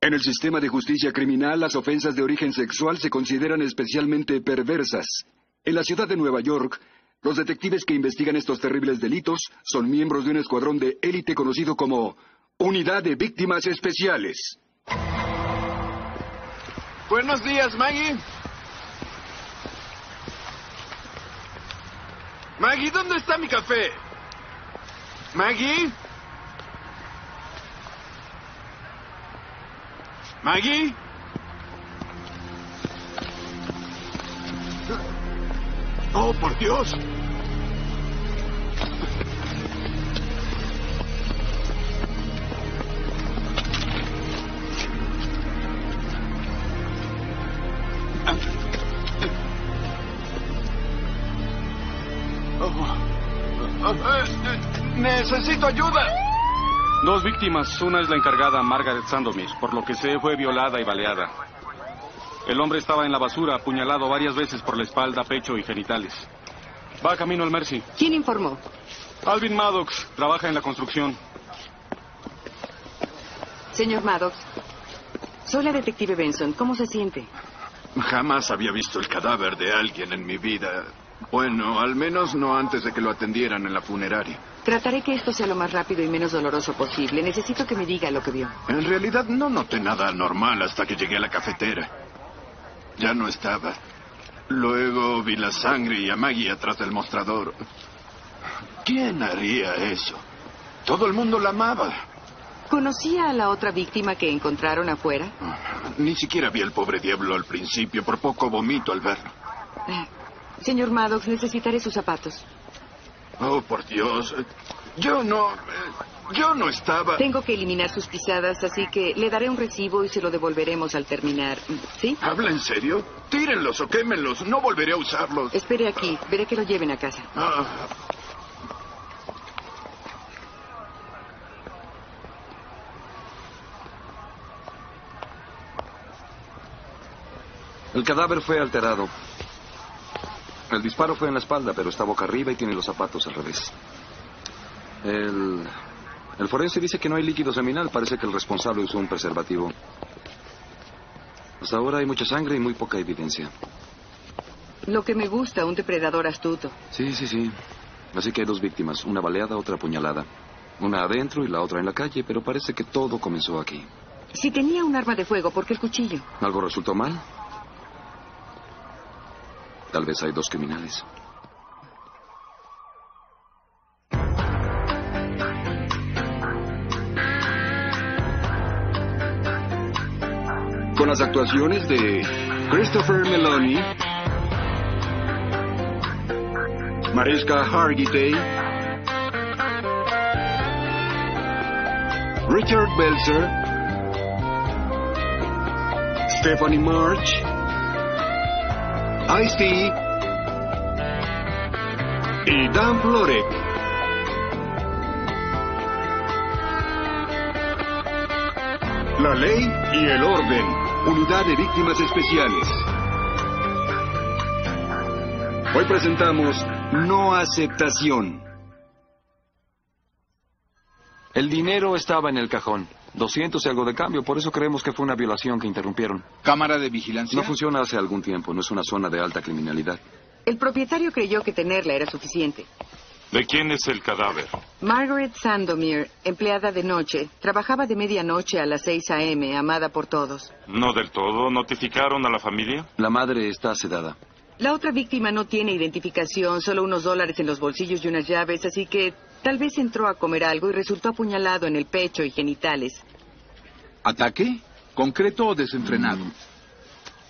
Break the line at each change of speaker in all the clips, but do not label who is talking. En el sistema de justicia criminal, las ofensas de origen sexual se consideran especialmente perversas. En la ciudad de Nueva York, los detectives que investigan estos terribles delitos son miembros de un escuadrón de élite conocido como Unidad de Víctimas Especiales.
Buenos días, Maggie. Maggie, ¿dónde está mi café? Maggie. Maggie. Oh, por Dios. Oh, eh, Necesito ayuda.
Dos víctimas, una es la encargada Margaret Sandomir, por lo que sé fue violada y baleada. El hombre estaba en la basura, apuñalado varias veces por la espalda, pecho y genitales. Va camino al Mercy.
¿Quién informó?
Alvin Maddox trabaja en la construcción.
Señor Maddox, soy la detective Benson. ¿Cómo se siente?
Jamás había visto el cadáver de alguien en mi vida. Bueno, al menos no antes de que lo atendieran en la funeraria.
Trataré que esto sea lo más rápido y menos doloroso posible. Necesito que me diga lo que vio.
En realidad no noté nada anormal hasta que llegué a la cafetera. Ya no estaba. Luego vi la sangre y a Maggie atrás del mostrador. ¿Quién haría eso? Todo el mundo la amaba.
¿Conocía a la otra víctima que encontraron afuera?
Ni siquiera vi al pobre diablo al principio. Por poco vomito al verlo.
Eh, Señor Maddox, necesitaré sus zapatos.
Oh, por Dios. Yo no. eh, Yo no estaba.
Tengo que eliminar sus pisadas, así que le daré un recibo y se lo devolveremos al terminar. ¿Sí?
¿Habla en serio? Tírenlos o quémenlos. No volveré a usarlos.
Espere aquí. Veré que lo lleven a casa.
Ah,
El cadáver fue alterado. El disparo fue en la espalda, pero está boca arriba y tiene los zapatos al revés. El, el forense dice que no hay líquido seminal. Parece que el responsable usó un preservativo. Hasta ahora hay mucha sangre y muy poca evidencia.
Lo que me gusta, un depredador astuto.
Sí, sí, sí. Así que hay dos víctimas, una baleada, otra apuñalada. Una adentro y la otra en la calle, pero parece que todo comenzó aquí.
Si tenía un arma de fuego, ¿por qué el cuchillo?
¿Algo resultó mal? Tal vez hay dos criminales.
Con las actuaciones de Christopher Meloni, Mariska Hargitay, Richard Belzer, Stephanie March, Ice-T y Dan Florek. La ley y el orden. Unidad de Víctimas Especiales. Hoy presentamos No Aceptación.
El dinero estaba en el cajón. 200 y algo de cambio, por eso creemos que fue una violación que interrumpieron.
Cámara de vigilancia.
No funciona hace algún tiempo, no es una zona de alta criminalidad.
El propietario creyó que tenerla era suficiente.
¿De quién es el cadáver?
Margaret Sandomir, empleada de noche, trabajaba de medianoche a las 6 a.m., amada por todos.
No del todo. ¿Notificaron a la familia?
La madre está sedada.
La otra víctima no tiene identificación, solo unos dólares en los bolsillos y unas llaves, así que tal vez entró a comer algo y resultó apuñalado en el pecho y genitales.
¿Ataque? ¿Concreto o desenfrenado?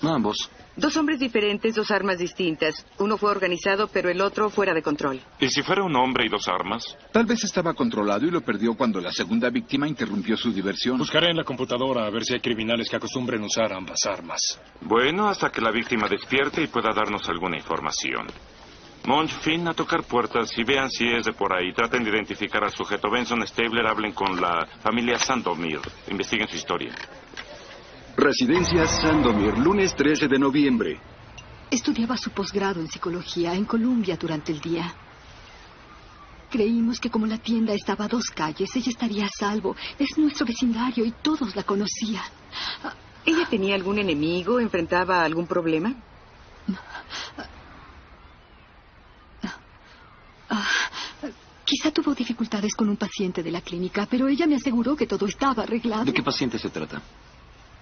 Ambos.
Dos hombres diferentes, dos armas distintas. Uno fue organizado, pero el otro fuera de control.
¿Y si fuera un hombre y dos armas?
Tal vez estaba controlado y lo perdió cuando la segunda víctima interrumpió su diversión.
Buscaré en la computadora a ver si hay criminales que acostumbren usar ambas armas.
Bueno, hasta que la víctima despierte y pueda darnos alguna información. Monch, Finn, a tocar puertas y vean si es de por ahí. Traten de identificar al sujeto. Benson Stabler, hablen con la familia Sandomir. Investiguen su historia.
Residencia Sandomir, lunes 13 de noviembre.
Estudiaba su posgrado en psicología en Colombia durante el día. Creímos que como la tienda estaba a dos calles, ella estaría a salvo. Es nuestro vecindario y todos la conocían.
¿Ella tenía algún enemigo? ¿Enfrentaba algún problema?
Quizá tuvo dificultades con un paciente de la clínica, pero ella me aseguró que todo estaba arreglado.
¿De qué paciente se trata?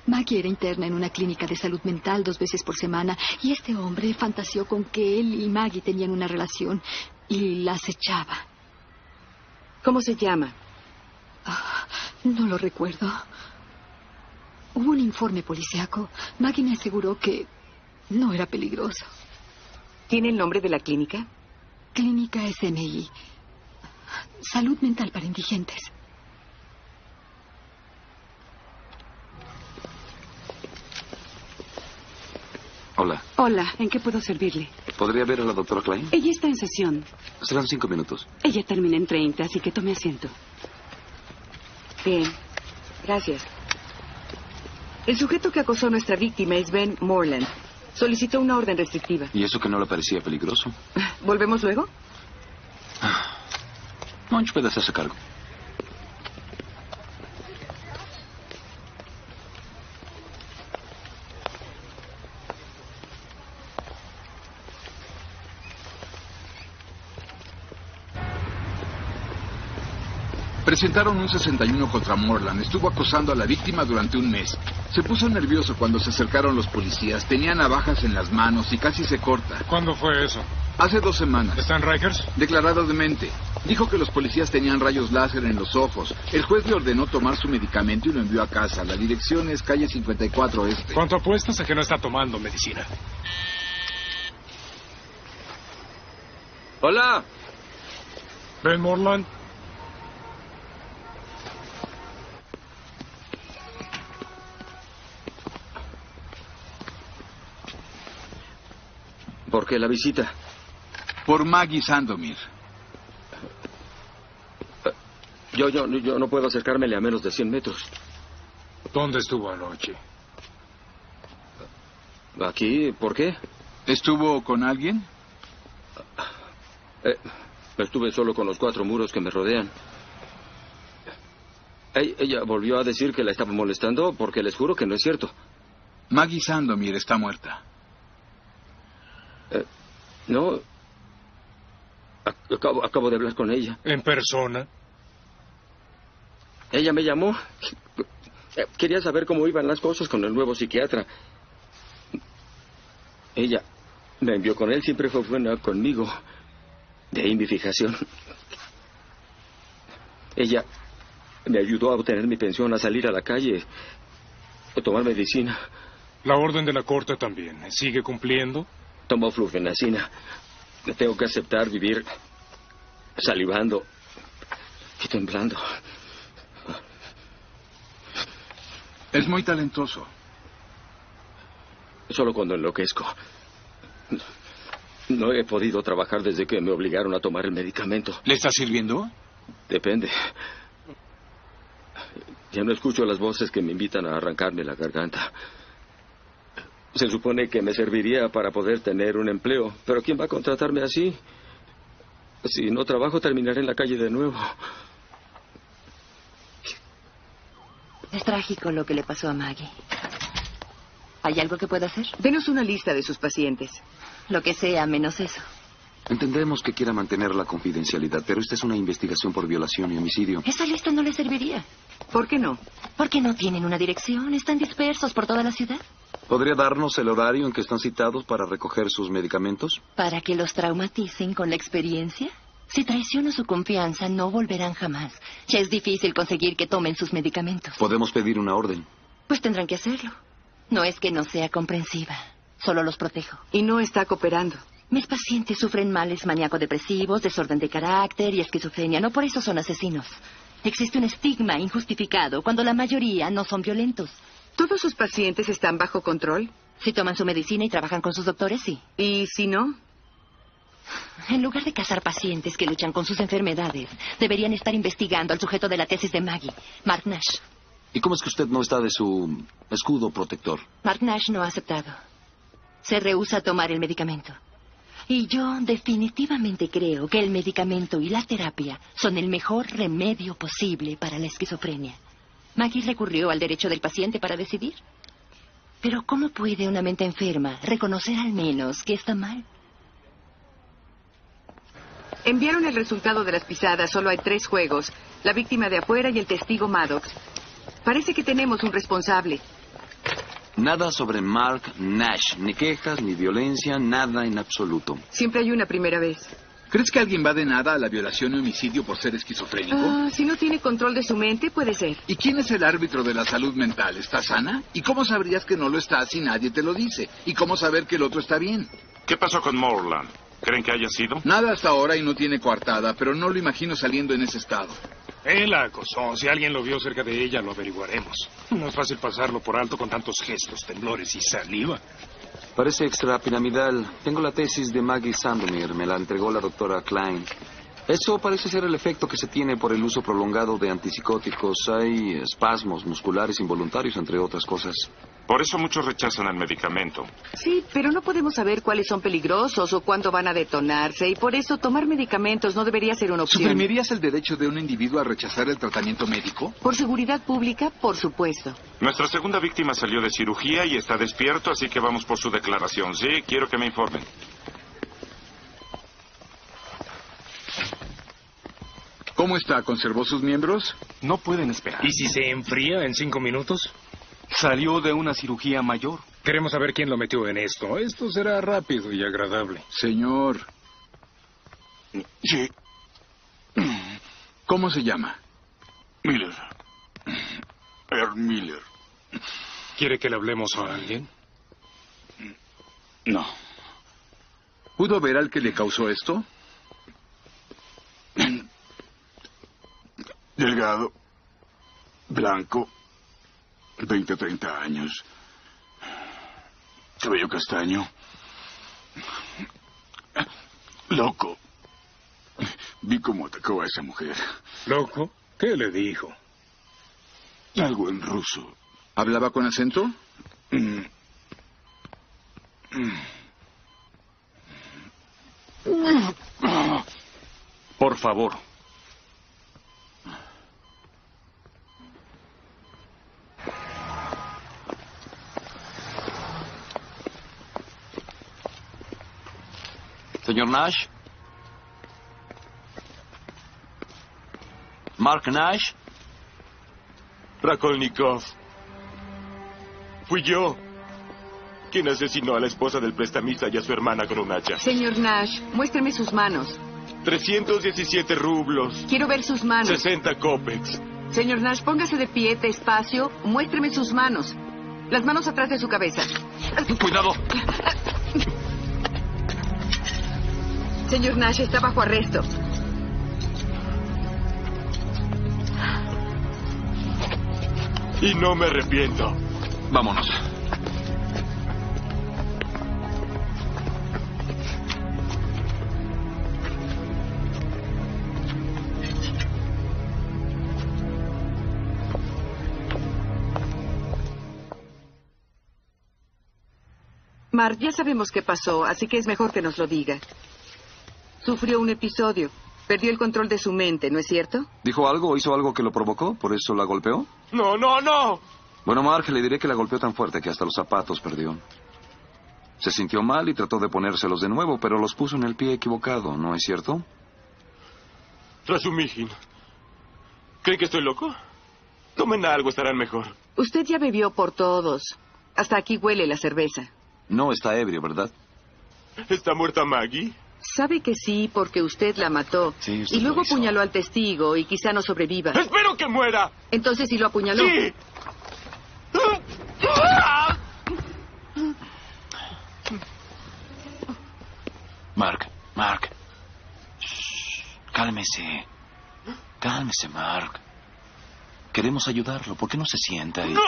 Maggie era interna en una clínica de salud mental dos veces por semana y este hombre fantaseó con que él y Maggie tenían una relación y la acechaba.
¿Cómo se llama?
Ah, no lo recuerdo. Hubo un informe policiaco. Maggie me aseguró que no era peligroso.
¿Tiene el nombre de la clínica?
Clínica SMI. Salud mental para indigentes.
Hola.
Hola, ¿en qué puedo servirle?
¿Podría ver a la doctora Klein?
Ella está en sesión.
Serán cinco minutos.
Ella termina en 30, así que tome asiento.
Bien. Gracias. El sujeto que acosó a nuestra víctima es Ben Moreland. Solicitó una orden restrictiva.
¿Y eso que no le parecía peligroso?
¿Volvemos luego?
Monch puede hacerse cargo.
Presentaron un 61 contra Morland. Estuvo acosando a la víctima durante un mes. Se puso nervioso cuando se acercaron los policías. Tenía navajas en las manos y casi se corta.
¿Cuándo fue eso?
Hace dos semanas.
¿Está en Rikers?
Declarado demente. Dijo que los policías tenían rayos láser en los ojos. El juez le ordenó tomar su medicamento y lo envió a casa. La dirección es calle 54 Este.
¿Cuánto apuestas a que no está tomando medicina?
Hola.
Ben Morland.
¿Por qué la visita?
Por Maggie Sandomir.
Yo, yo, yo no puedo acercármele a menos de 100 metros.
¿Dónde estuvo anoche?
¿Aquí? ¿Por qué?
¿Estuvo con alguien?
Eh, estuve solo con los cuatro muros que me rodean. Ey, Ella volvió a decir que la estaba molestando porque les juro que no es cierto.
Maggie Sandomir está muerta.
Eh, no. Ac- Acabo, acabo de hablar con ella.
¿En persona?
Ella me llamó. Eh, Quería saber cómo iban las cosas con el nuevo psiquiatra. Ella me envió con él, siempre fue buena conmigo. De ahí mi fijación. Ella me ayudó a obtener mi pensión, a salir a la calle, a tomar medicina.
La orden de la corte también. ¿eh? ¿Sigue cumpliendo?
Tomó flufenacina. Tengo que aceptar vivir salivando y temblando.
Es muy talentoso.
Solo cuando enloquezco. No he podido trabajar desde que me obligaron a tomar el medicamento.
¿Le está sirviendo?
Depende. Ya no escucho las voces que me invitan a arrancarme la garganta. Se supone que me serviría para poder tener un empleo, pero ¿quién va a contratarme así? Si no trabajo, terminaré en la calle de nuevo.
Es trágico lo que le pasó a Maggie. ¿Hay algo que pueda hacer?
Denos una lista de sus pacientes.
Lo que sea, menos eso.
Entendemos que quiera mantener la confidencialidad, pero esta es una investigación por violación y homicidio.
Esa lista no le serviría.
¿Por qué no?
Porque no tienen una dirección. Están dispersos por toda la ciudad.
¿Podría darnos el horario en que están citados para recoger sus medicamentos?
Para que los traumaticen con la experiencia. Si traiciono su confianza, no volverán jamás. Ya es difícil conseguir que tomen sus medicamentos.
Podemos pedir una orden.
Pues tendrán que hacerlo. No es que no sea comprensiva. Solo los protejo.
Y no está cooperando.
Mis pacientes sufren males maníaco-depresivos, desorden de carácter y esquizofrenia. No por eso son asesinos. Existe un estigma injustificado cuando la mayoría no son violentos.
¿Todos sus pacientes están bajo control?
Si toman su medicina y trabajan con sus doctores, sí.
¿Y si no?
En lugar de cazar pacientes que luchan con sus enfermedades, deberían estar investigando al sujeto de la tesis de Maggie, Mark Nash.
¿Y cómo es que usted no está de su escudo protector?
Mark Nash no ha aceptado. Se rehúsa a tomar el medicamento. Y yo definitivamente creo que el medicamento y la terapia son el mejor remedio posible para la esquizofrenia. Maggie recurrió al derecho del paciente para decidir. Pero ¿cómo puede una mente enferma reconocer al menos que está mal?
Enviaron el resultado de las pisadas. Solo hay tres juegos. La víctima de afuera y el testigo Maddox. Parece que tenemos un responsable.
Nada sobre Mark Nash, ni quejas, ni violencia, nada en absoluto.
Siempre hay una primera vez.
¿Crees que alguien va de nada a la violación y homicidio por ser esquizofrénico?
Ah, si no tiene control de su mente, puede ser.
¿Y quién es el árbitro de la salud mental? ¿Está sana? ¿Y cómo sabrías que no lo está si nadie te lo dice? ¿Y cómo saber que el otro está bien?
¿Qué pasó con Morland? ¿Creen que haya sido?
Nada hasta ahora y no tiene coartada, pero no lo imagino saliendo en ese estado.
Él la acosó. Si alguien lo vio cerca de ella, lo averiguaremos. No es fácil pasarlo por alto con tantos gestos, temblores y saliva.
Parece extrapiramidal. Tengo la tesis de Maggie Sandomir, me la entregó la doctora Klein. Eso parece ser el efecto que se tiene por el uso prolongado de antipsicóticos. Hay espasmos musculares involuntarios, entre otras cosas.
Por eso muchos rechazan el medicamento.
Sí, pero no podemos saber cuáles son peligrosos o cuándo van a detonarse y por eso tomar medicamentos no debería ser una opción.
¿Suprimirías el derecho de un individuo a rechazar el tratamiento médico?
Por seguridad pública, por supuesto.
Nuestra segunda víctima salió de cirugía y está despierto, así que vamos por su declaración. Sí, quiero que me informen.
¿Cómo está? ¿Conservó sus miembros?
No pueden esperar.
¿Y si se enfría en cinco minutos?
Salió de una cirugía mayor.
Queremos saber quién lo metió en esto. Esto será rápido y agradable.
Señor. ¿Cómo se llama?
Miller. Er Miller.
¿Quiere que le hablemos a alguien?
No.
¿Pudo ver al que le causó esto?
Delgado. Blanco. 20, 30 años. Cabello castaño. Loco. Vi cómo atacó a esa mujer.
¿Loco? ¿Qué le dijo?
Algo en ruso.
¿Hablaba con acento?
Mm. Mm.
Por favor,
Señor Nash. Mark Nash.
Rakolnikov. Fui yo quien asesinó a la esposa del prestamista y a su hermana con un hacha.
Señor Nash, muéstreme sus manos.
317 rublos.
Quiero ver sus manos.
60 kopeks.
Señor Nash, póngase de pie, despacio. Muéstreme sus manos. Las manos atrás de su cabeza.
Cuidado.
Señor Nash está bajo arresto.
Y no me arrepiento.
Vámonos.
Mar, ya sabemos qué pasó, así que es mejor que nos lo diga. Sufrió un episodio. Perdió el control de su mente, ¿no es cierto?
¿Dijo algo o hizo algo que lo provocó? ¿Por eso la golpeó?
No, no, no.
Bueno, Mark, le diré que la golpeó tan fuerte que hasta los zapatos perdió. Se sintió mal y trató de ponérselos de nuevo, pero los puso en el pie equivocado, ¿no es cierto?
Rasumijin. ¿Creen que estoy loco? Tomen algo, estarán mejor.
Usted ya bebió por todos. Hasta aquí huele la cerveza.
No está ebrio, ¿verdad?
¿Está muerta Maggie?
Sabe que sí, porque usted la mató.
Sí, usted
y luego
lo hizo.
apuñaló al testigo y quizá no sobreviva.
¡Espero que muera!
Entonces sí lo apuñaló.
¡Sí!
Mark, Mark. Shh, cálmese. Cálmese, Mark. Queremos ayudarlo. ¿Por qué no se sienta? y-
¡No!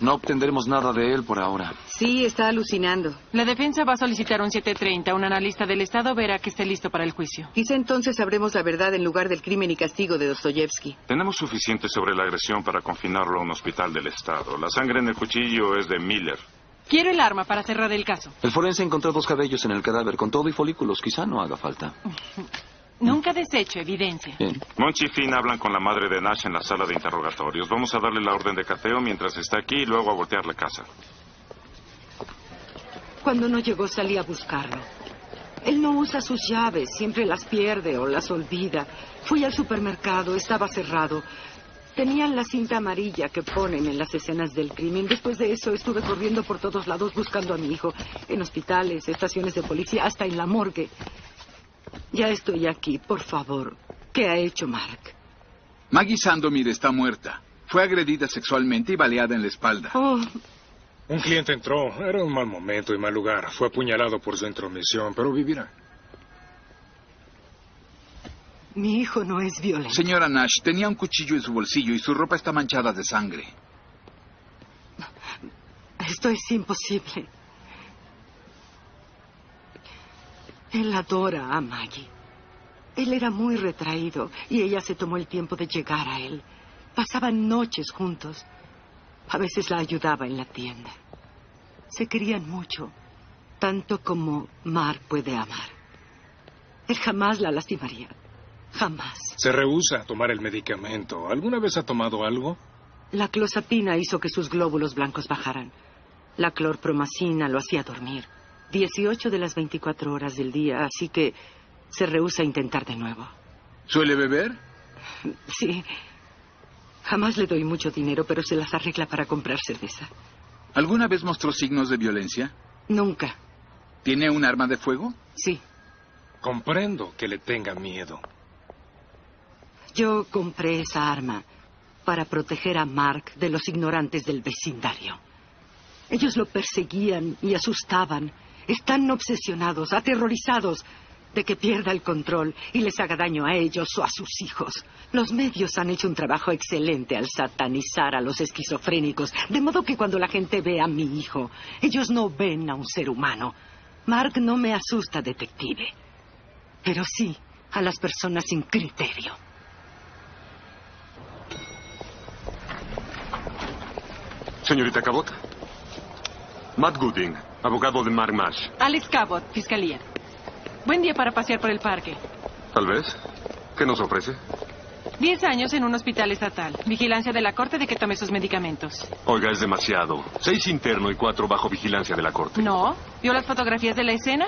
No obtendremos nada de él por ahora.
Sí, está alucinando.
La defensa va a solicitar un 730. Un analista del Estado verá que esté listo para el juicio.
Quizá entonces sabremos la verdad en lugar del crimen y castigo de Dostoyevsky.
Tenemos suficiente sobre la agresión para confinarlo a un hospital del Estado. La sangre en el cuchillo es de Miller.
Quiero el arma para cerrar el caso.
El forense encontró dos cabellos en el cadáver con todo y folículos. Quizá no haga falta.
Nunca desecho evidencia.
Monch y Finn hablan con la madre de Nash en la sala de interrogatorios. Vamos a darle la orden de cateo mientras está aquí y luego a voltear la casa.
Cuando no llegó salí a buscarlo. Él no usa sus llaves, siempre las pierde o las olvida. Fui al supermercado, estaba cerrado. Tenían la cinta amarilla que ponen en las escenas del crimen. Después de eso estuve corriendo por todos lados buscando a mi hijo, en hospitales, estaciones de policía, hasta en la morgue. Ya estoy aquí, por favor. ¿Qué ha hecho Mark?
Maggie Sandomir está muerta. Fue agredida sexualmente y baleada en la espalda.
Oh,
Un cliente entró. Era un mal momento y mal lugar. Fue apuñalado por su intromisión, pero vivirá.
Mi hijo no es violento.
Señora Nash, tenía un cuchillo en su bolsillo y su ropa está manchada de sangre.
Esto es imposible. Él adora a Maggie. Él era muy retraído y ella se tomó el tiempo de llegar a él. Pasaban noches juntos. A veces la ayudaba en la tienda. Se querían mucho, tanto como Mar puede amar. Él jamás la lastimaría. Jamás.
Se rehúsa a tomar el medicamento. ¿Alguna vez ha tomado algo?
La closatina hizo que sus glóbulos blancos bajaran. La clorpromacina lo hacía dormir. 18 de las 24 horas del día, así que se rehúsa a intentar de nuevo.
¿Suele beber?
Sí. Jamás le doy mucho dinero, pero se las arregla para comprar cerveza.
¿Alguna vez mostró signos de violencia?
Nunca.
¿Tiene un arma de fuego?
Sí.
Comprendo que le tenga miedo.
Yo compré esa arma para proteger a Mark de los ignorantes del vecindario. Ellos lo perseguían y asustaban. Están obsesionados, aterrorizados de que pierda el control y les haga daño a ellos o a sus hijos. Los medios han hecho un trabajo excelente al satanizar a los esquizofrénicos, de modo que cuando la gente ve a mi hijo, ellos no ven a un ser humano. Mark no me asusta, detective, pero sí a las personas sin criterio.
Señorita Cabot. Matt Gooding, abogado de Mark Marsh.
Alex Cabot, Fiscalía. Buen día para pasear por el parque.
Tal vez. ¿Qué nos ofrece?
Diez años en un hospital estatal. Vigilancia de la corte de que tome sus medicamentos.
Oiga, es demasiado. Seis interno y cuatro bajo vigilancia de la corte.
¿No? ¿Vio las fotografías de la escena?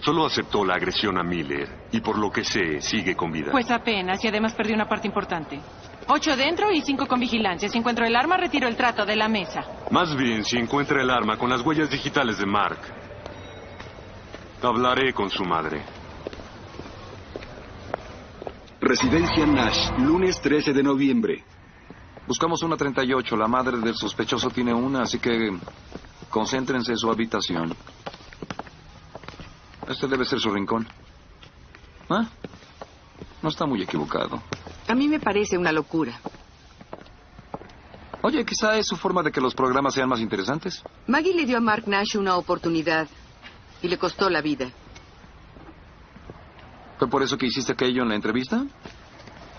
Solo aceptó la agresión a Miller y por lo que sé sigue con vida.
Pues apenas, y además perdió una parte importante. Ocho dentro y cinco con vigilancia. Si encuentro el arma, retiro el trato de la mesa.
Más bien, si encuentra el arma con las huellas digitales de Mark. Hablaré con su madre.
Residencia Nash, lunes 13 de noviembre.
Buscamos una 38. La madre del sospechoso tiene una, así que concéntrense en su habitación. Este debe ser su rincón. ¿Ah? No está muy equivocado.
A mí me parece una locura.
Oye, quizá es su forma de que los programas sean más interesantes.
Maggie le dio a Mark Nash una oportunidad y le costó la vida.
¿Fue por eso que hiciste aquello en la entrevista?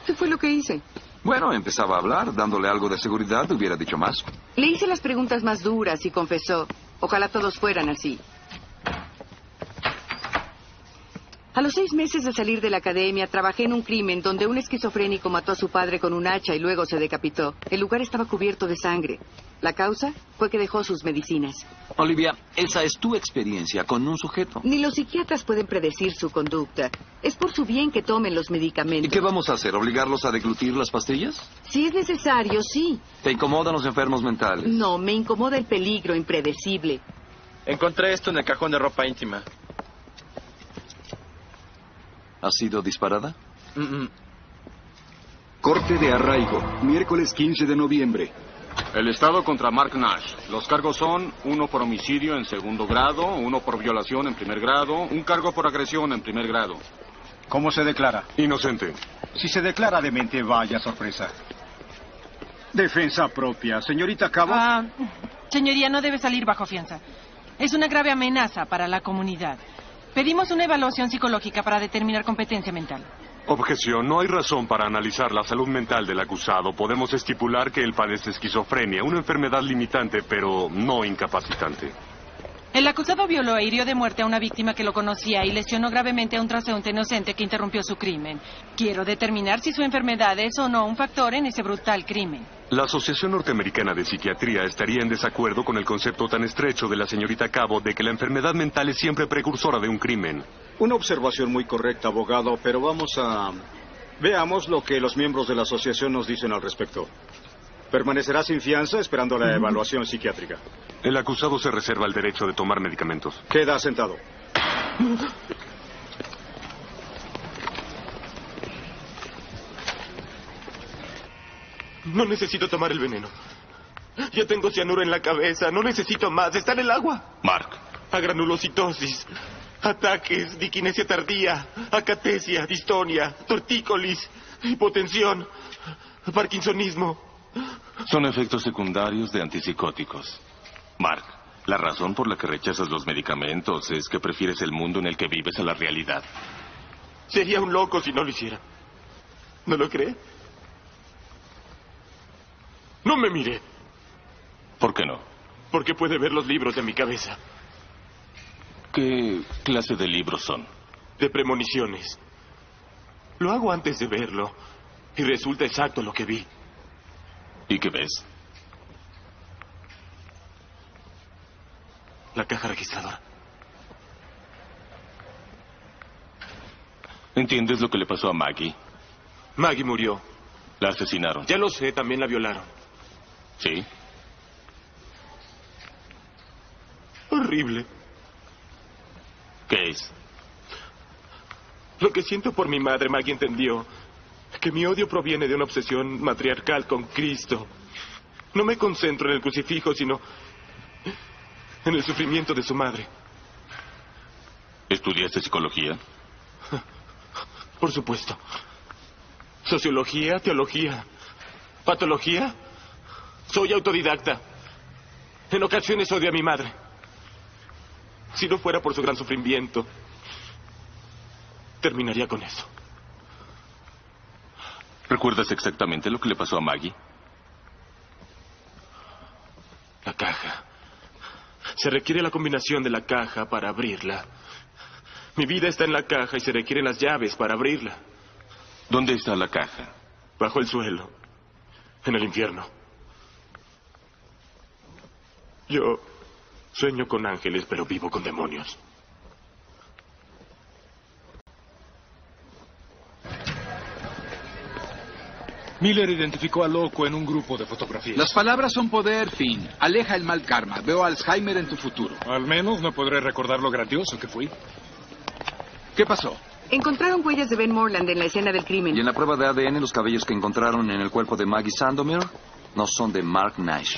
¿Qué fue lo que hice?
Bueno, empezaba a hablar, dándole algo de seguridad, hubiera dicho más.
Le hice las preguntas más duras y confesó. Ojalá todos fueran así. A los seis meses de salir de la academia, trabajé en un crimen donde un esquizofrénico mató a su padre con un hacha y luego se decapitó. El lugar estaba cubierto de sangre. La causa fue que dejó sus medicinas.
Olivia, esa es tu experiencia con un sujeto.
Ni los psiquiatras pueden predecir su conducta. Es por su bien que tomen los medicamentos.
¿Y qué vamos a hacer? ¿Obligarlos a deglutir las pastillas?
Si es necesario, sí.
¿Te incomodan los enfermos mentales?
No, me incomoda el peligro impredecible.
Encontré esto en el cajón de ropa íntima.
¿Ha sido disparada?
Corte de arraigo, miércoles 15 de noviembre.
El Estado contra Mark Nash. Los cargos son uno por homicidio en segundo grado, uno por violación en primer grado, un cargo por agresión en primer grado.
¿Cómo se declara?
Inocente.
Si se declara demente, vaya sorpresa. Defensa propia. Señorita Cabo.
Ah, señoría, no debe salir bajo fianza. Es una grave amenaza para la comunidad. Pedimos una evaluación psicológica para determinar competencia mental.
Objeción. No hay razón para analizar la salud mental del acusado. Podemos estipular que él padece esquizofrenia, una enfermedad limitante pero no incapacitante.
El acusado violó e hirió de muerte a una víctima que lo conocía y lesionó gravemente a un transeúnte inocente que interrumpió su crimen. Quiero determinar si su enfermedad es o no un factor en ese brutal crimen.
La Asociación Norteamericana de Psiquiatría estaría en desacuerdo con el concepto tan estrecho de la señorita Cabo de que la enfermedad mental es siempre precursora de un crimen.
Una observación muy correcta, abogado, pero vamos a... Veamos lo que los miembros de la asociación nos dicen al respecto. Permanecerá sin fianza esperando la evaluación psiquiátrica.
El acusado se reserva el derecho de tomar medicamentos.
Queda sentado.
No necesito tomar el veneno. Yo tengo cianuro en la cabeza, no necesito más, está en el agua.
Mark.
Agranulocitosis, ataques, diquinesia tardía, acatesia, distonia, tortícolis, hipotensión, parkinsonismo.
Son efectos secundarios de antipsicóticos. Mark, la razón por la que rechazas los medicamentos es que prefieres el mundo en el que vives a la realidad.
Sería un loco si no lo hiciera. ¿No lo cree? No me mire,
¿Por qué no?
porque puede ver los libros de mi cabeza,
¿Qué clase de libros son?
de premoniciones. Lo hago antes de verlo y resulta exacto lo que vi.
¿Y qué ves?
La caja registradora.
¿Entiendes lo que le pasó a Maggie?
Maggie murió.
La asesinaron.
Ya lo sé, también la violaron.
Sí.
Horrible.
¿Qué es?
Lo que siento por mi madre, Maggie entendió que mi odio proviene de una obsesión matriarcal con Cristo. No me concentro en el crucifijo, sino en el sufrimiento de su madre.
¿Estudiaste psicología?
Por supuesto. Sociología, teología, patología. Soy autodidacta. En ocasiones odio a mi madre. Si no fuera por su gran sufrimiento, terminaría con eso.
¿Recuerdas exactamente lo que le pasó a Maggie?
La caja. Se requiere la combinación de la caja para abrirla. Mi vida está en la caja y se requieren las llaves para abrirla.
¿Dónde está la caja?
Bajo el suelo. En el infierno. Yo sueño con ángeles, pero vivo con demonios.
Miller identificó a Loco en un grupo de fotografías.
Las palabras son poder, fin. Aleja el mal karma. Veo Alzheimer en tu futuro.
Al menos no podré recordar lo grandioso que fui.
¿Qué pasó?
Encontraron huellas de Ben Morland en la escena del crimen.
Y en la prueba de ADN, los cabellos que encontraron en el cuerpo de Maggie Sandomir no son de Mark Nash.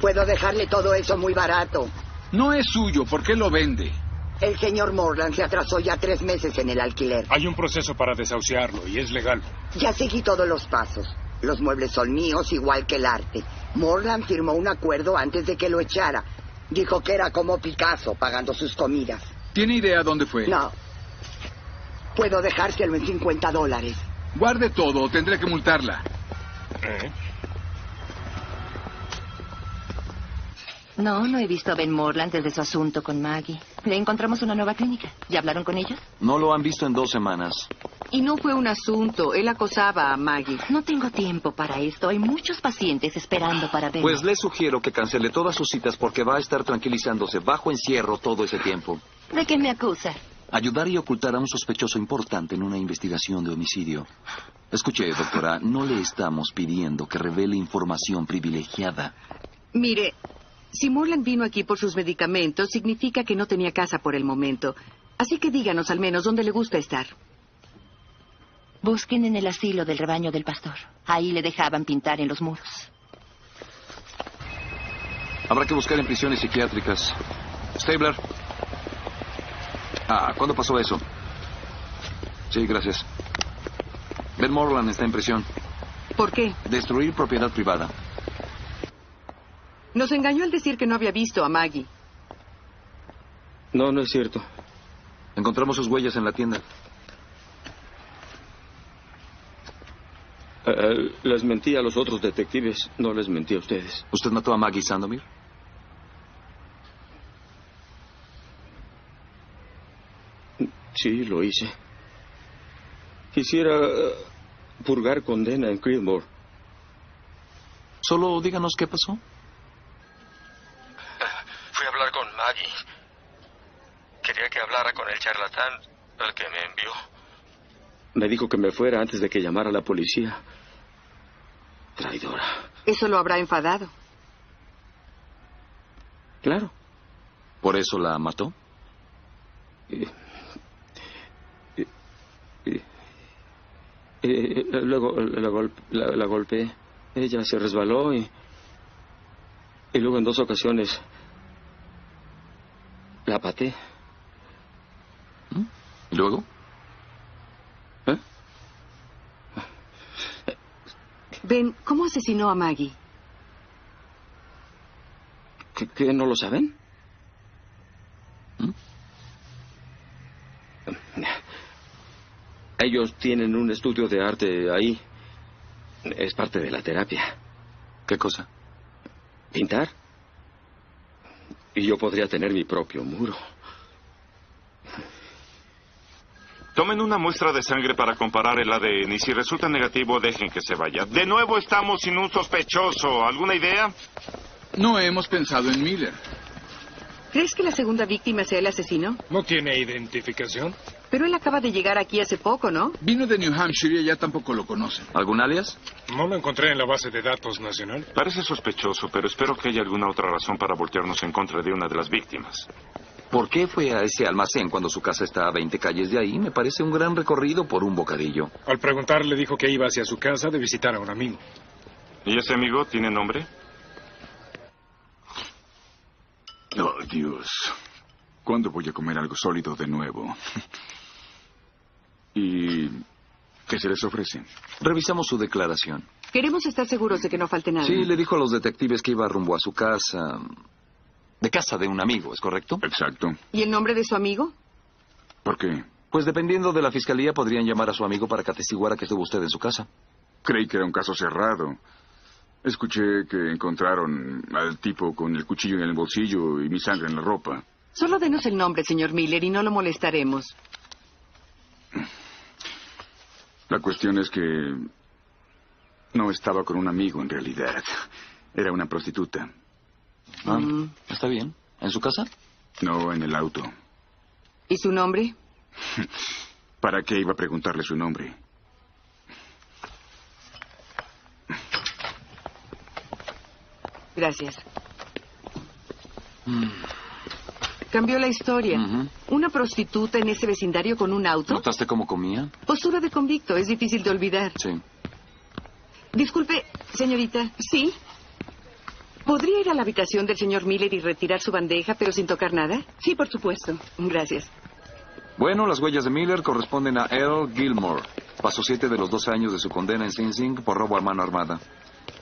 Puedo dejarle todo eso muy barato.
No es suyo, ¿por qué lo vende?
El señor Morland se atrasó ya tres meses en el alquiler.
Hay un proceso para desahuciarlo y es legal.
Ya seguí todos los pasos. Los muebles son míos, igual que el arte. Morland firmó un acuerdo antes de que lo echara. Dijo que era como Picasso pagando sus comidas.
¿Tiene idea dónde fue?
No. Puedo dejárselo en 50 dólares.
Guarde todo, o tendré que multarla.
Eh.
No, no he visto a Ben Morland desde su asunto con Maggie. Le encontramos una nueva clínica. ¿Ya hablaron con ellos?
No lo han visto en dos semanas.
Y no fue un asunto. Él acosaba a Maggie.
No tengo tiempo para esto. Hay muchos pacientes esperando para ver.
Pues le sugiero que cancele todas sus citas porque va a estar tranquilizándose bajo encierro todo ese tiempo.
¿De qué me acusa?
Ayudar y ocultar a un sospechoso importante en una investigación de homicidio. Escuche, doctora, no le estamos pidiendo que revele información privilegiada.
Mire, si Morland vino aquí por sus medicamentos, significa que no tenía casa por el momento. Así que díganos al menos dónde le gusta estar.
Busquen en el asilo del rebaño del pastor. Ahí le dejaban pintar en los muros.
Habrá que buscar en prisiones psiquiátricas. Stabler. Ah, ¿cuándo pasó eso? Sí, gracias. Ben Morland está en prisión.
¿Por qué?
Destruir propiedad privada.
Nos engañó al decir que no había visto a Maggie.
No, no es cierto.
Encontramos sus huellas en la tienda.
Eh, les mentí a los otros detectives, no les mentí a ustedes.
¿Usted mató a Maggie Sandomir?
Sí, lo hice. Quisiera eh, purgar condena en Creedmoor.
Solo díganos qué pasó.
Fui a hablar con Maggie. Quería que hablara con el charlatán, el que me envió.
Me dijo que me fuera antes de que llamara a la policía. Traidora.
Eso lo habrá enfadado.
Claro.
¿Por eso la mató?
Eh, eh, eh, eh, luego la, gol- la- la golpeé. Ella se resbaló y. Y luego en dos ocasiones. La pateé.
¿Y luego?
Ben, ¿cómo asesinó a Maggie?
¿Qué, qué, no lo saben? ¿Mm? Ellos tienen un estudio de arte ahí. Es parte de la terapia.
¿Qué cosa?
Pintar. Y yo podría tener mi propio muro.
Tomen una muestra de sangre para comparar el ADN y si resulta negativo, dejen que se vaya. De nuevo estamos sin un sospechoso. ¿Alguna idea?
No hemos pensado en Miller.
¿Crees que la segunda víctima sea el asesino?
¿No tiene identificación?
Pero él acaba de llegar aquí hace poco, ¿no?
Vino de New Hampshire y allá tampoco lo conocen.
¿Algún alias?
No lo encontré en la base de datos nacional.
Parece sospechoso, pero espero que haya alguna otra razón para voltearnos en contra de una de las víctimas.
¿Por qué fue a ese almacén cuando su casa está a 20 calles de ahí? Me parece un gran recorrido por un bocadillo.
Al preguntarle dijo que iba hacia su casa de visitar a un amigo.
¿Y ese amigo tiene nombre?
Oh, Dios. ¿Cuándo voy a comer algo sólido de nuevo? ¿Y qué se les ofrece?
Revisamos su declaración.
Queremos estar seguros de que no
Mm.
falte nada.
Sí, le dijo a los detectives que iba rumbo a su casa. De casa de un amigo, ¿es correcto?
Exacto.
¿Y el nombre de su amigo?
¿Por qué?
Pues dependiendo de la fiscalía, podrían llamar a su amigo para que atestiguara que estuvo usted en su casa.
Creí que era un caso cerrado. Escuché que encontraron al tipo con el cuchillo en el bolsillo y mi sangre en la ropa.
Solo denos el nombre, señor Miller, y no lo molestaremos.
La cuestión es que no estaba con un amigo en realidad. Era una prostituta.
Ah, Está bien. ¿En su casa?
No en el auto.
¿Y su nombre?
¿Para qué iba a preguntarle su nombre?
Gracias.
Mm.
Cambió la historia. Una prostituta en ese vecindario con un auto.
¿Notaste cómo comía?
Postura de convicto, es difícil de olvidar.
Sí.
Disculpe, señorita. ¿Sí? ¿Podría ir a la habitación del señor Miller y retirar su bandeja, pero sin tocar nada? Sí, por supuesto. Gracias.
Bueno, las huellas de Miller corresponden a Earl Gilmore. Pasó siete de los 12 años de su condena en Sing Sing por robo a mano armada.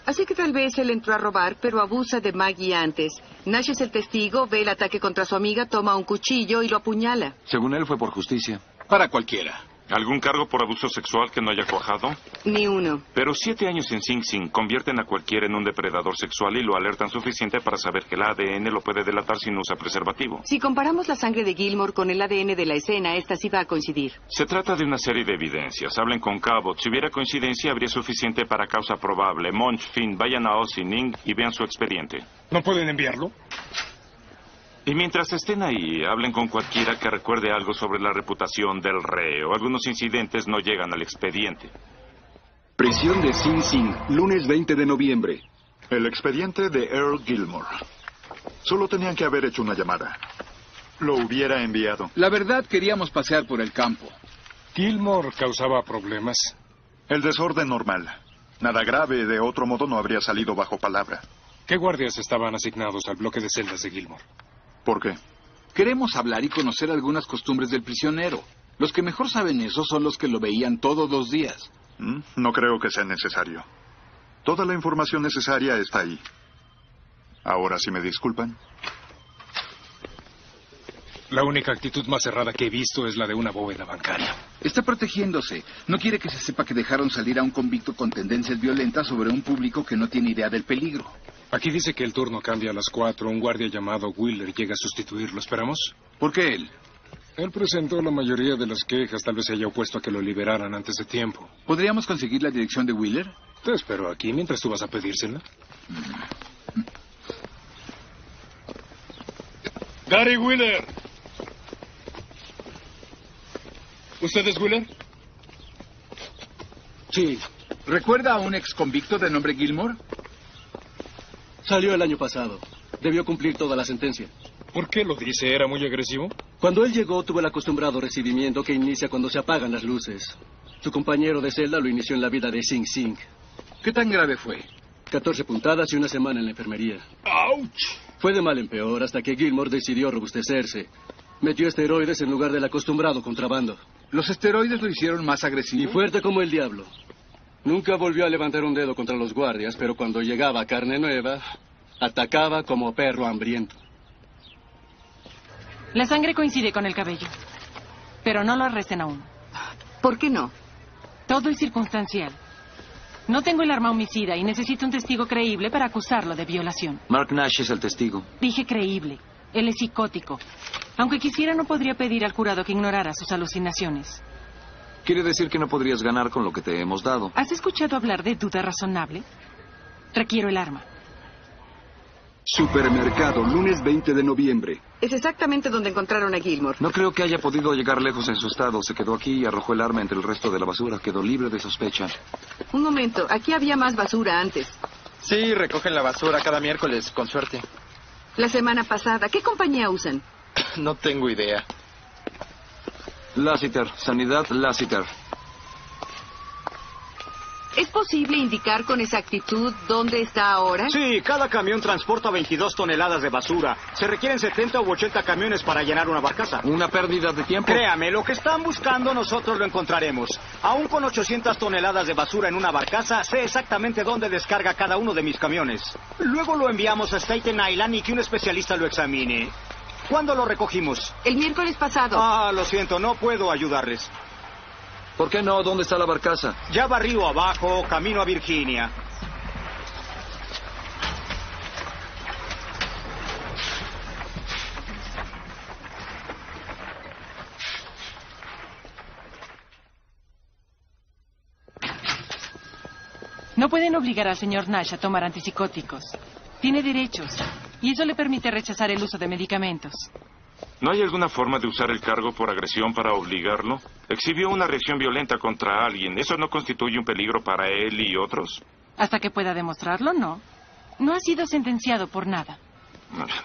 Así que tal vez él entró a robar, pero abusa de Maggie antes. Nash es el testigo, ve el ataque contra su amiga, toma un cuchillo y lo apuñala.
Según él, fue por justicia.
Para cualquiera.
¿Algún cargo por abuso sexual que no haya cuajado?
Ni uno.
Pero siete años en Sing Sing convierten a cualquiera en un depredador sexual y lo alertan suficiente para saber que el ADN lo puede delatar si no usa preservativo.
Si comparamos la sangre de Gilmore con el ADN de la escena, esta sí va a coincidir.
Se trata de una serie de evidencias. Hablen con Cabot. Si hubiera coincidencia, habría suficiente para causa probable. Monch, Finn, vayan a Ossining y vean su expediente.
¿No pueden enviarlo?
Y mientras estén ahí, hablen con cualquiera que recuerde algo sobre la reputación del reo. Algunos incidentes no llegan al expediente.
Prisión de Sing Sing, lunes 20 de noviembre.
El expediente de Earl Gilmore. Solo tenían que haber hecho una llamada. Lo hubiera enviado.
La verdad, queríamos pasear por el campo.
Gilmore causaba problemas.
El desorden normal. Nada grave, de otro modo no habría salido bajo palabra.
¿Qué guardias estaban asignados al bloque de celdas de Gilmore?
¿Por qué?
Queremos hablar y conocer algunas costumbres del prisionero. Los que mejor saben eso son los que lo veían todos los días.
Mm, No creo que sea necesario. Toda la información necesaria está ahí. Ahora, si me disculpan.
La única actitud más cerrada que he visto es la de una bóveda bancaria.
Está protegiéndose. No quiere que se sepa que dejaron salir a un convicto con tendencias violentas sobre un público que no tiene idea del peligro.
Aquí dice que el turno cambia a las cuatro. Un guardia llamado Wheeler llega a sustituirlo. ¿Esperamos?
¿Por qué él?
Él presentó la mayoría de las quejas. Tal vez se haya opuesto a que lo liberaran antes de tiempo.
¿Podríamos conseguir la dirección de Wheeler?
Te espero aquí mientras tú vas a pedírsela.
Gary Wheeler. ¿Usted es Wheeler?
Sí. ¿Recuerda a un ex convicto de nombre Gilmore?
Salió el año pasado. Debió cumplir toda la sentencia.
¿Por qué lo dice? ¿Era muy agresivo?
Cuando él llegó, tuvo el acostumbrado recibimiento que inicia cuando se apagan las luces. Su compañero de celda lo inició en la vida de Sing Sing.
¿Qué tan grave fue?
14 puntadas y una semana en la enfermería.
¡Auch!
Fue de mal en peor hasta que Gilmore decidió robustecerse. Metió esteroides en lugar del acostumbrado contrabando.
Los esteroides lo hicieron más agresivo.
Y fuerte como el diablo. Nunca volvió a levantar un dedo contra los guardias, pero cuando llegaba a carne nueva, atacaba como perro hambriento.
La sangre coincide con el cabello. Pero no lo arresten aún.
¿Por qué no?
Todo es circunstancial. No tengo el arma homicida y necesito un testigo creíble para acusarlo de violación.
Mark Nash es el testigo.
Dije creíble. Él es psicótico. Aunque quisiera, no podría pedir al jurado que ignorara sus alucinaciones.
Quiere decir que no podrías ganar con lo que te hemos dado.
¿Has escuchado hablar de duda razonable? Requiero el arma.
Supermercado, lunes 20 de noviembre.
Es exactamente donde encontraron a Gilmore.
No creo que haya podido llegar lejos en su estado. Se quedó aquí y arrojó el arma entre el resto de la basura. Quedó libre de sospecha.
Un momento, aquí había más basura antes.
Sí, recogen la basura cada miércoles, con suerte.
La semana pasada, ¿qué compañía usan?
No tengo idea.
Lassiter, Sanidad Lassiter.
¿Es posible indicar con exactitud dónde está ahora?
Sí, cada camión transporta 22 toneladas de basura. Se requieren 70 u 80 camiones para llenar una barcaza.
Una pérdida de tiempo.
Créame, lo que están buscando nosotros lo encontraremos. Aún con 800 toneladas de basura en una barcaza, sé exactamente dónde descarga cada uno de mis camiones. Luego lo enviamos a Staten Island y que un especialista lo examine. ¿Cuándo lo recogimos?
El miércoles pasado.
Ah, lo siento, no puedo ayudarles.
¿Por qué no? ¿Dónde está la barcaza?
Ya barrio abajo, camino a Virginia.
No pueden obligar al señor Nash a tomar antipsicóticos. Tiene derechos y eso le permite rechazar el uso de medicamentos.
¿No hay alguna forma de usar el cargo por agresión para obligarlo? Exhibió una reacción violenta contra alguien. ¿Eso no constituye un peligro para él y otros?
Hasta que pueda demostrarlo, no. No ha sido sentenciado por nada.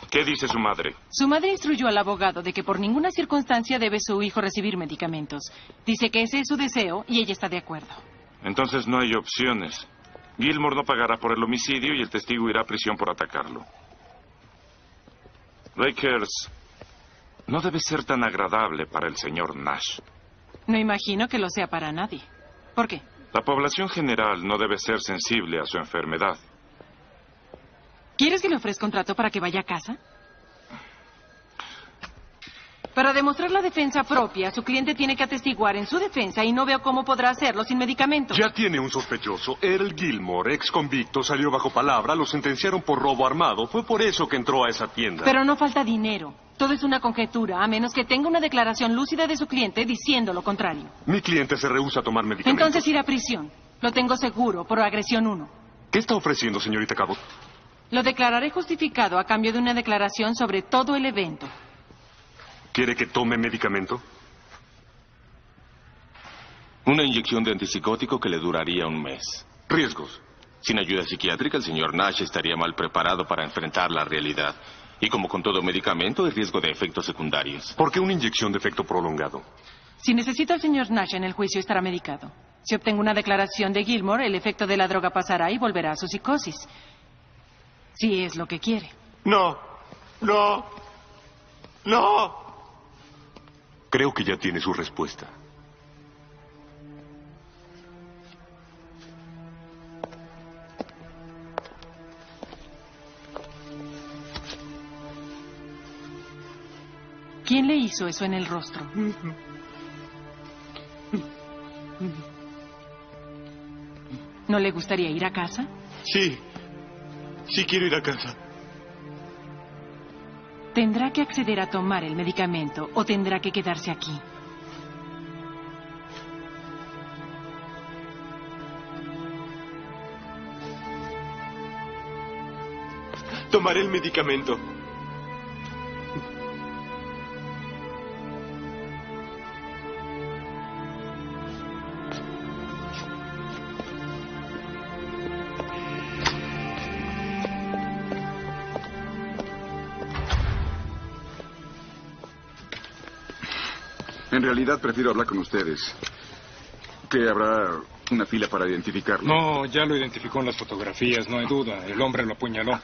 ¿Qué dice su madre?
Su madre instruyó al abogado de que por ninguna circunstancia debe su hijo recibir medicamentos. Dice que ese es su deseo y ella está de acuerdo.
Entonces no hay opciones. Gilmore no pagará por el homicidio y el testigo irá a prisión por atacarlo. Lakers, no debe ser tan agradable para el señor Nash.
No imagino que lo sea para nadie. ¿Por qué?
La población general no debe ser sensible a su enfermedad.
¿Quieres que le ofrezca un trato para que vaya a casa? Para demostrar la defensa propia, su cliente tiene que atestiguar en su defensa y no veo cómo podrá hacerlo sin medicamentos.
Ya tiene un sospechoso. Earl Gilmore, ex convicto, salió bajo palabra, lo sentenciaron por robo armado. Fue por eso que entró a esa tienda.
Pero no falta dinero. Todo es una conjetura, a menos que tenga una declaración lúcida de su cliente diciendo lo contrario.
Mi cliente se rehúsa a tomar medicamentos.
Entonces ir a prisión. Lo tengo seguro por agresión 1.
¿Qué está ofreciendo, señorita Cabot?
Lo declararé justificado a cambio de una declaración sobre todo el evento.
¿Quiere que tome medicamento?
Una inyección de antipsicótico que le duraría un mes.
Riesgos.
Sin ayuda psiquiátrica, el señor Nash estaría mal preparado para enfrentar la realidad. Y como con todo medicamento, el riesgo de efectos secundarios.
¿Por qué una inyección de efecto prolongado?
Si necesito al señor Nash en el juicio, estará medicado. Si obtengo una declaración de Gilmore, el efecto de la droga pasará y volverá a su psicosis. Si es lo que quiere.
No, no, no.
Creo que ya tiene su respuesta.
¿Quién le hizo eso en el rostro? ¿No le gustaría ir a casa?
Sí, sí quiero ir a casa.
Tendrá que acceder a tomar el medicamento o tendrá que quedarse aquí.
Tomaré el medicamento.
En realidad prefiero hablar con ustedes. Que habrá una fila para identificarlo.
No, ya lo identificó en las fotografías, no hay duda. El hombre lo apuñaló.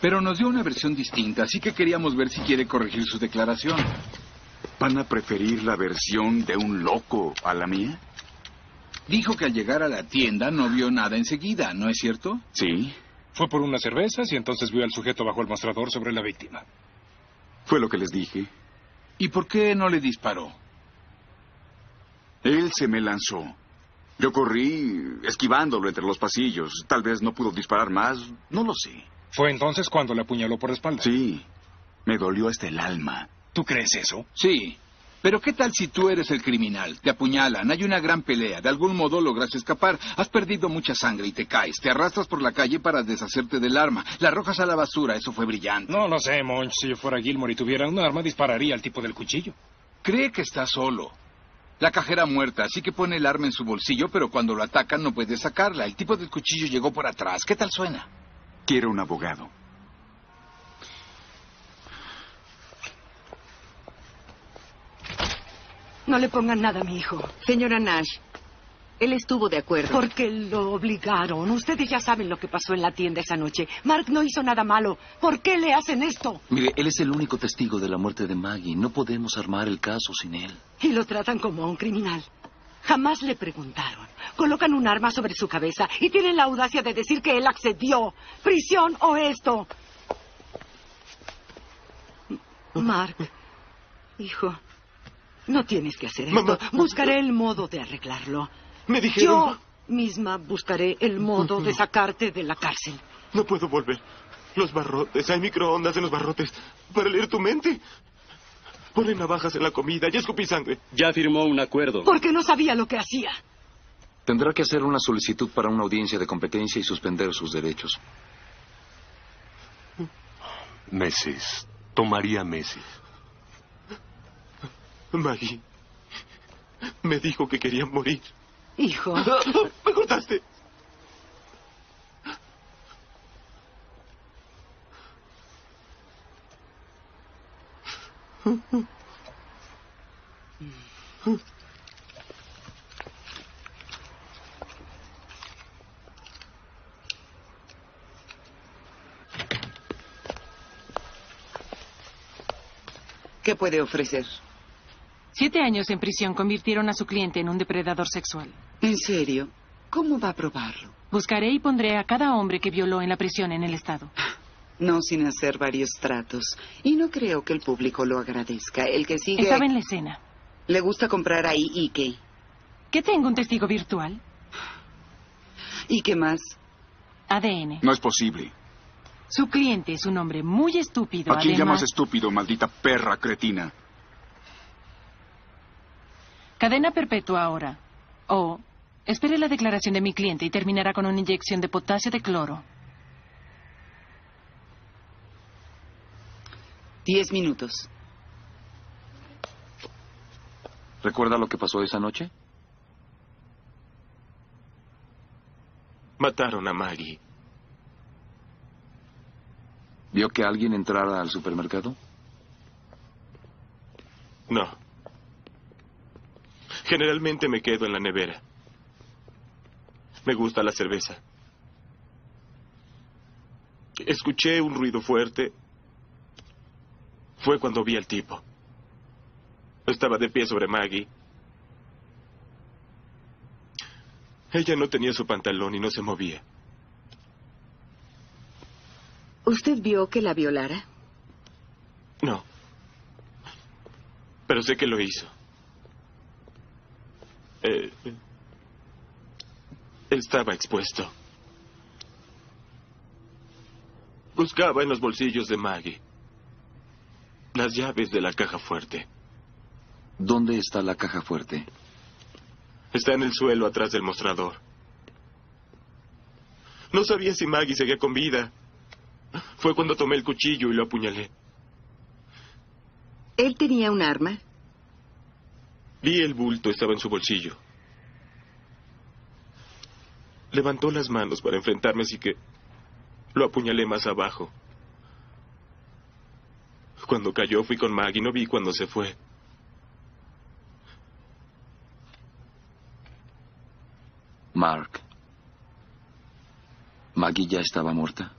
Pero nos dio una versión distinta, así que queríamos ver si quiere corregir su declaración.
¿Van a preferir la versión de un loco a la mía?
Dijo que al llegar a la tienda no vio nada enseguida, ¿no es cierto?
Sí.
Fue por unas cervezas y entonces vio al sujeto bajo el mostrador sobre la víctima.
Fue lo que les dije.
¿Y por qué no le disparó?
Él se me lanzó. Yo corrí esquivándolo entre los pasillos. Tal vez no pudo disparar más, no lo sé.
Fue entonces cuando le apuñaló por la espalda.
Sí, me dolió hasta el alma.
¿Tú crees eso?
Sí. Pero ¿qué tal si tú eres el criminal? Te apuñalan, hay una gran pelea, de algún modo logras escapar, has perdido mucha sangre y te caes, te arrastras por la calle para deshacerte del arma, la arrojas a la basura, eso fue brillante.
No lo sé, Monch. Si yo fuera Gilmore y tuviera un arma, dispararía al tipo del cuchillo.
Cree que está solo. La cajera muerta, así que pone el arma en su bolsillo, pero cuando lo atacan no puede sacarla. El tipo del cuchillo llegó por atrás. ¿Qué tal suena?
Quiero un abogado.
No le pongan nada a mi hijo. Señora Nash, él estuvo de acuerdo.
Porque lo obligaron. Ustedes ya saben lo que pasó en la tienda esa noche. Mark no hizo nada malo. ¿Por qué le hacen esto?
Mire, él es el único testigo de la muerte de Maggie. No podemos armar el caso sin él.
Y lo tratan como a un criminal. Jamás le preguntaron. Colocan un arma sobre su cabeza y tienen la audacia de decir que él accedió. Prisión o esto. Mark, hijo, no tienes que hacer esto.
Mamá.
Buscaré el modo de arreglarlo.
Me dijeron-
Yo misma buscaré el modo de sacarte de la cárcel.
No puedo volver. Los barrotes, hay microondas en los barrotes para leer tu mente. Ponen navajas en la comida y escupí sangre.
Ya firmó un acuerdo.
Porque no sabía lo que hacía.
Tendrá que hacer una solicitud para una audiencia de competencia y suspender sus derechos.
Meses. Tomaría meses.
Maggie me dijo que quería morir.
Hijo.
¡Me cortaste!
¿Qué puede ofrecer?
Siete años en prisión convirtieron a su cliente en un depredador sexual.
¿En serio? ¿Cómo va a probarlo?
Buscaré y pondré a cada hombre que violó en la prisión en el estado.
Ah, No sin hacer varios tratos. Y no creo que el público lo agradezca. El que sigue...
Estaba en la escena.
Le gusta comprar ahí y qué.
¿Qué tengo un testigo virtual?
¿Y qué más?
ADN.
No es posible.
Su cliente es un hombre muy estúpido.
¿A quién
además-
llamas estúpido, maldita perra cretina?
Cadena perpetua ahora. O espere la declaración de mi cliente y terminará con una inyección de potasio de cloro.
Diez minutos.
¿Recuerda lo que pasó esa noche?
Mataron a Maggie.
¿Vio que alguien entrara al supermercado?
No. Generalmente me quedo en la nevera. Me gusta la cerveza. Escuché un ruido fuerte. Fue cuando vi al tipo. Estaba de pie sobre Maggie. Ella no tenía su pantalón y no se movía.
¿Usted vio que la violara?
No. pero sé que lo hizo. Eh, estaba expuesto. Buscaba en los bolsillos de Maggie las llaves de la caja fuerte.
¿Dónde está la caja fuerte?
Está en el suelo atrás del mostrador. No sabía si Maggie seguía con vida. Fue cuando tomé el cuchillo y lo apuñalé.
¿Él tenía un arma?
Vi el bulto, estaba en su bolsillo. Levantó las manos para enfrentarme, así que lo apuñalé más abajo. Cuando cayó fui con Maggie, no vi cuando se fue.
Mark. ¿Maggie ya estaba muerta?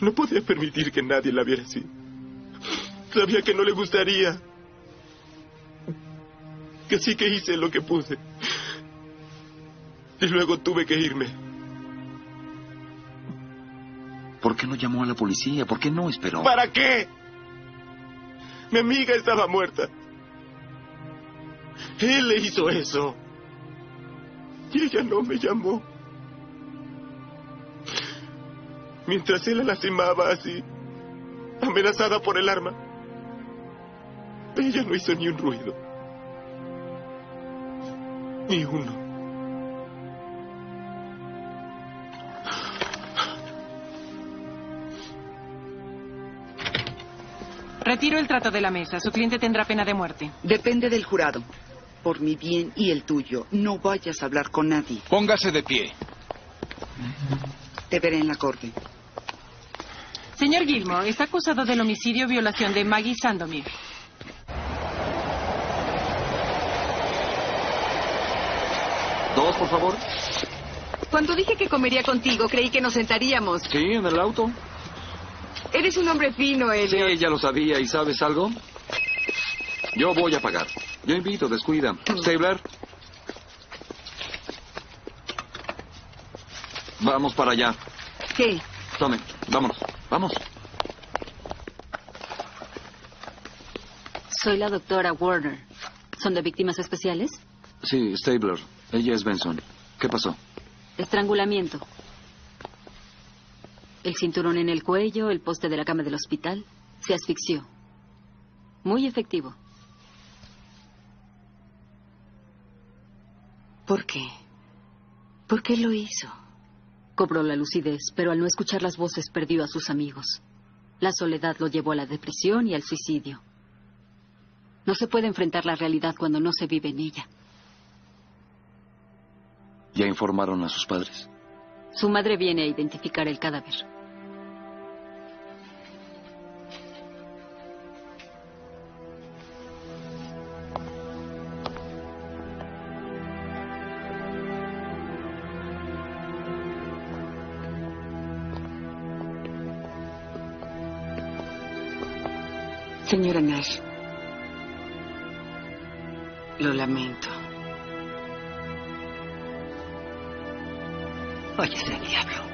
No podía permitir que nadie la viera así. Sabía que no le gustaría. Así que hice lo que pude. Y luego tuve que irme.
¿Por qué no llamó a la policía? ¿Por qué no esperó?
¿Para qué? Mi amiga estaba muerta. Él le hizo eso. Y ella no me llamó. Mientras él la lastimaba así, amenazada por el arma, ella no hizo ni un ruido. Ni uno.
Retiro el trato de la mesa. Su cliente tendrá pena de muerte.
Depende del jurado. Por mi bien y el tuyo, no vayas a hablar con nadie.
Póngase de pie.
Te veré en la corte.
Señor Gilmore, está acusado del homicidio-violación de Maggie Sandomir.
Dos, por favor.
Cuando dije que comería contigo, creí que nos sentaríamos.
Sí, en el auto.
Eres un hombre fino,
Sí,
Elliot.
ya lo sabía. ¿Y sabes algo? Yo voy a pagar. Yo invito, descuida. Stabler. Vamos para allá.
¿Qué?
Tome, vámonos, vamos.
Soy la doctora Warner. ¿Son de víctimas especiales?
Sí, Stabler. Ella es Benson. ¿Qué pasó?
Estrangulamiento. El cinturón en el cuello, el poste de la cama del hospital. Se asfixió. Muy efectivo.
¿Por qué? ¿Por qué lo hizo?
Cobró la lucidez, pero al no escuchar las voces perdió a sus amigos. La soledad lo llevó a la depresión y al suicidio. No se puede enfrentar la realidad cuando no se vive en ella.
¿Ya informaron a sus padres?
Su madre viene a identificar el cadáver.
Señora Nash. Lo lamento.
Oye, ese diablo.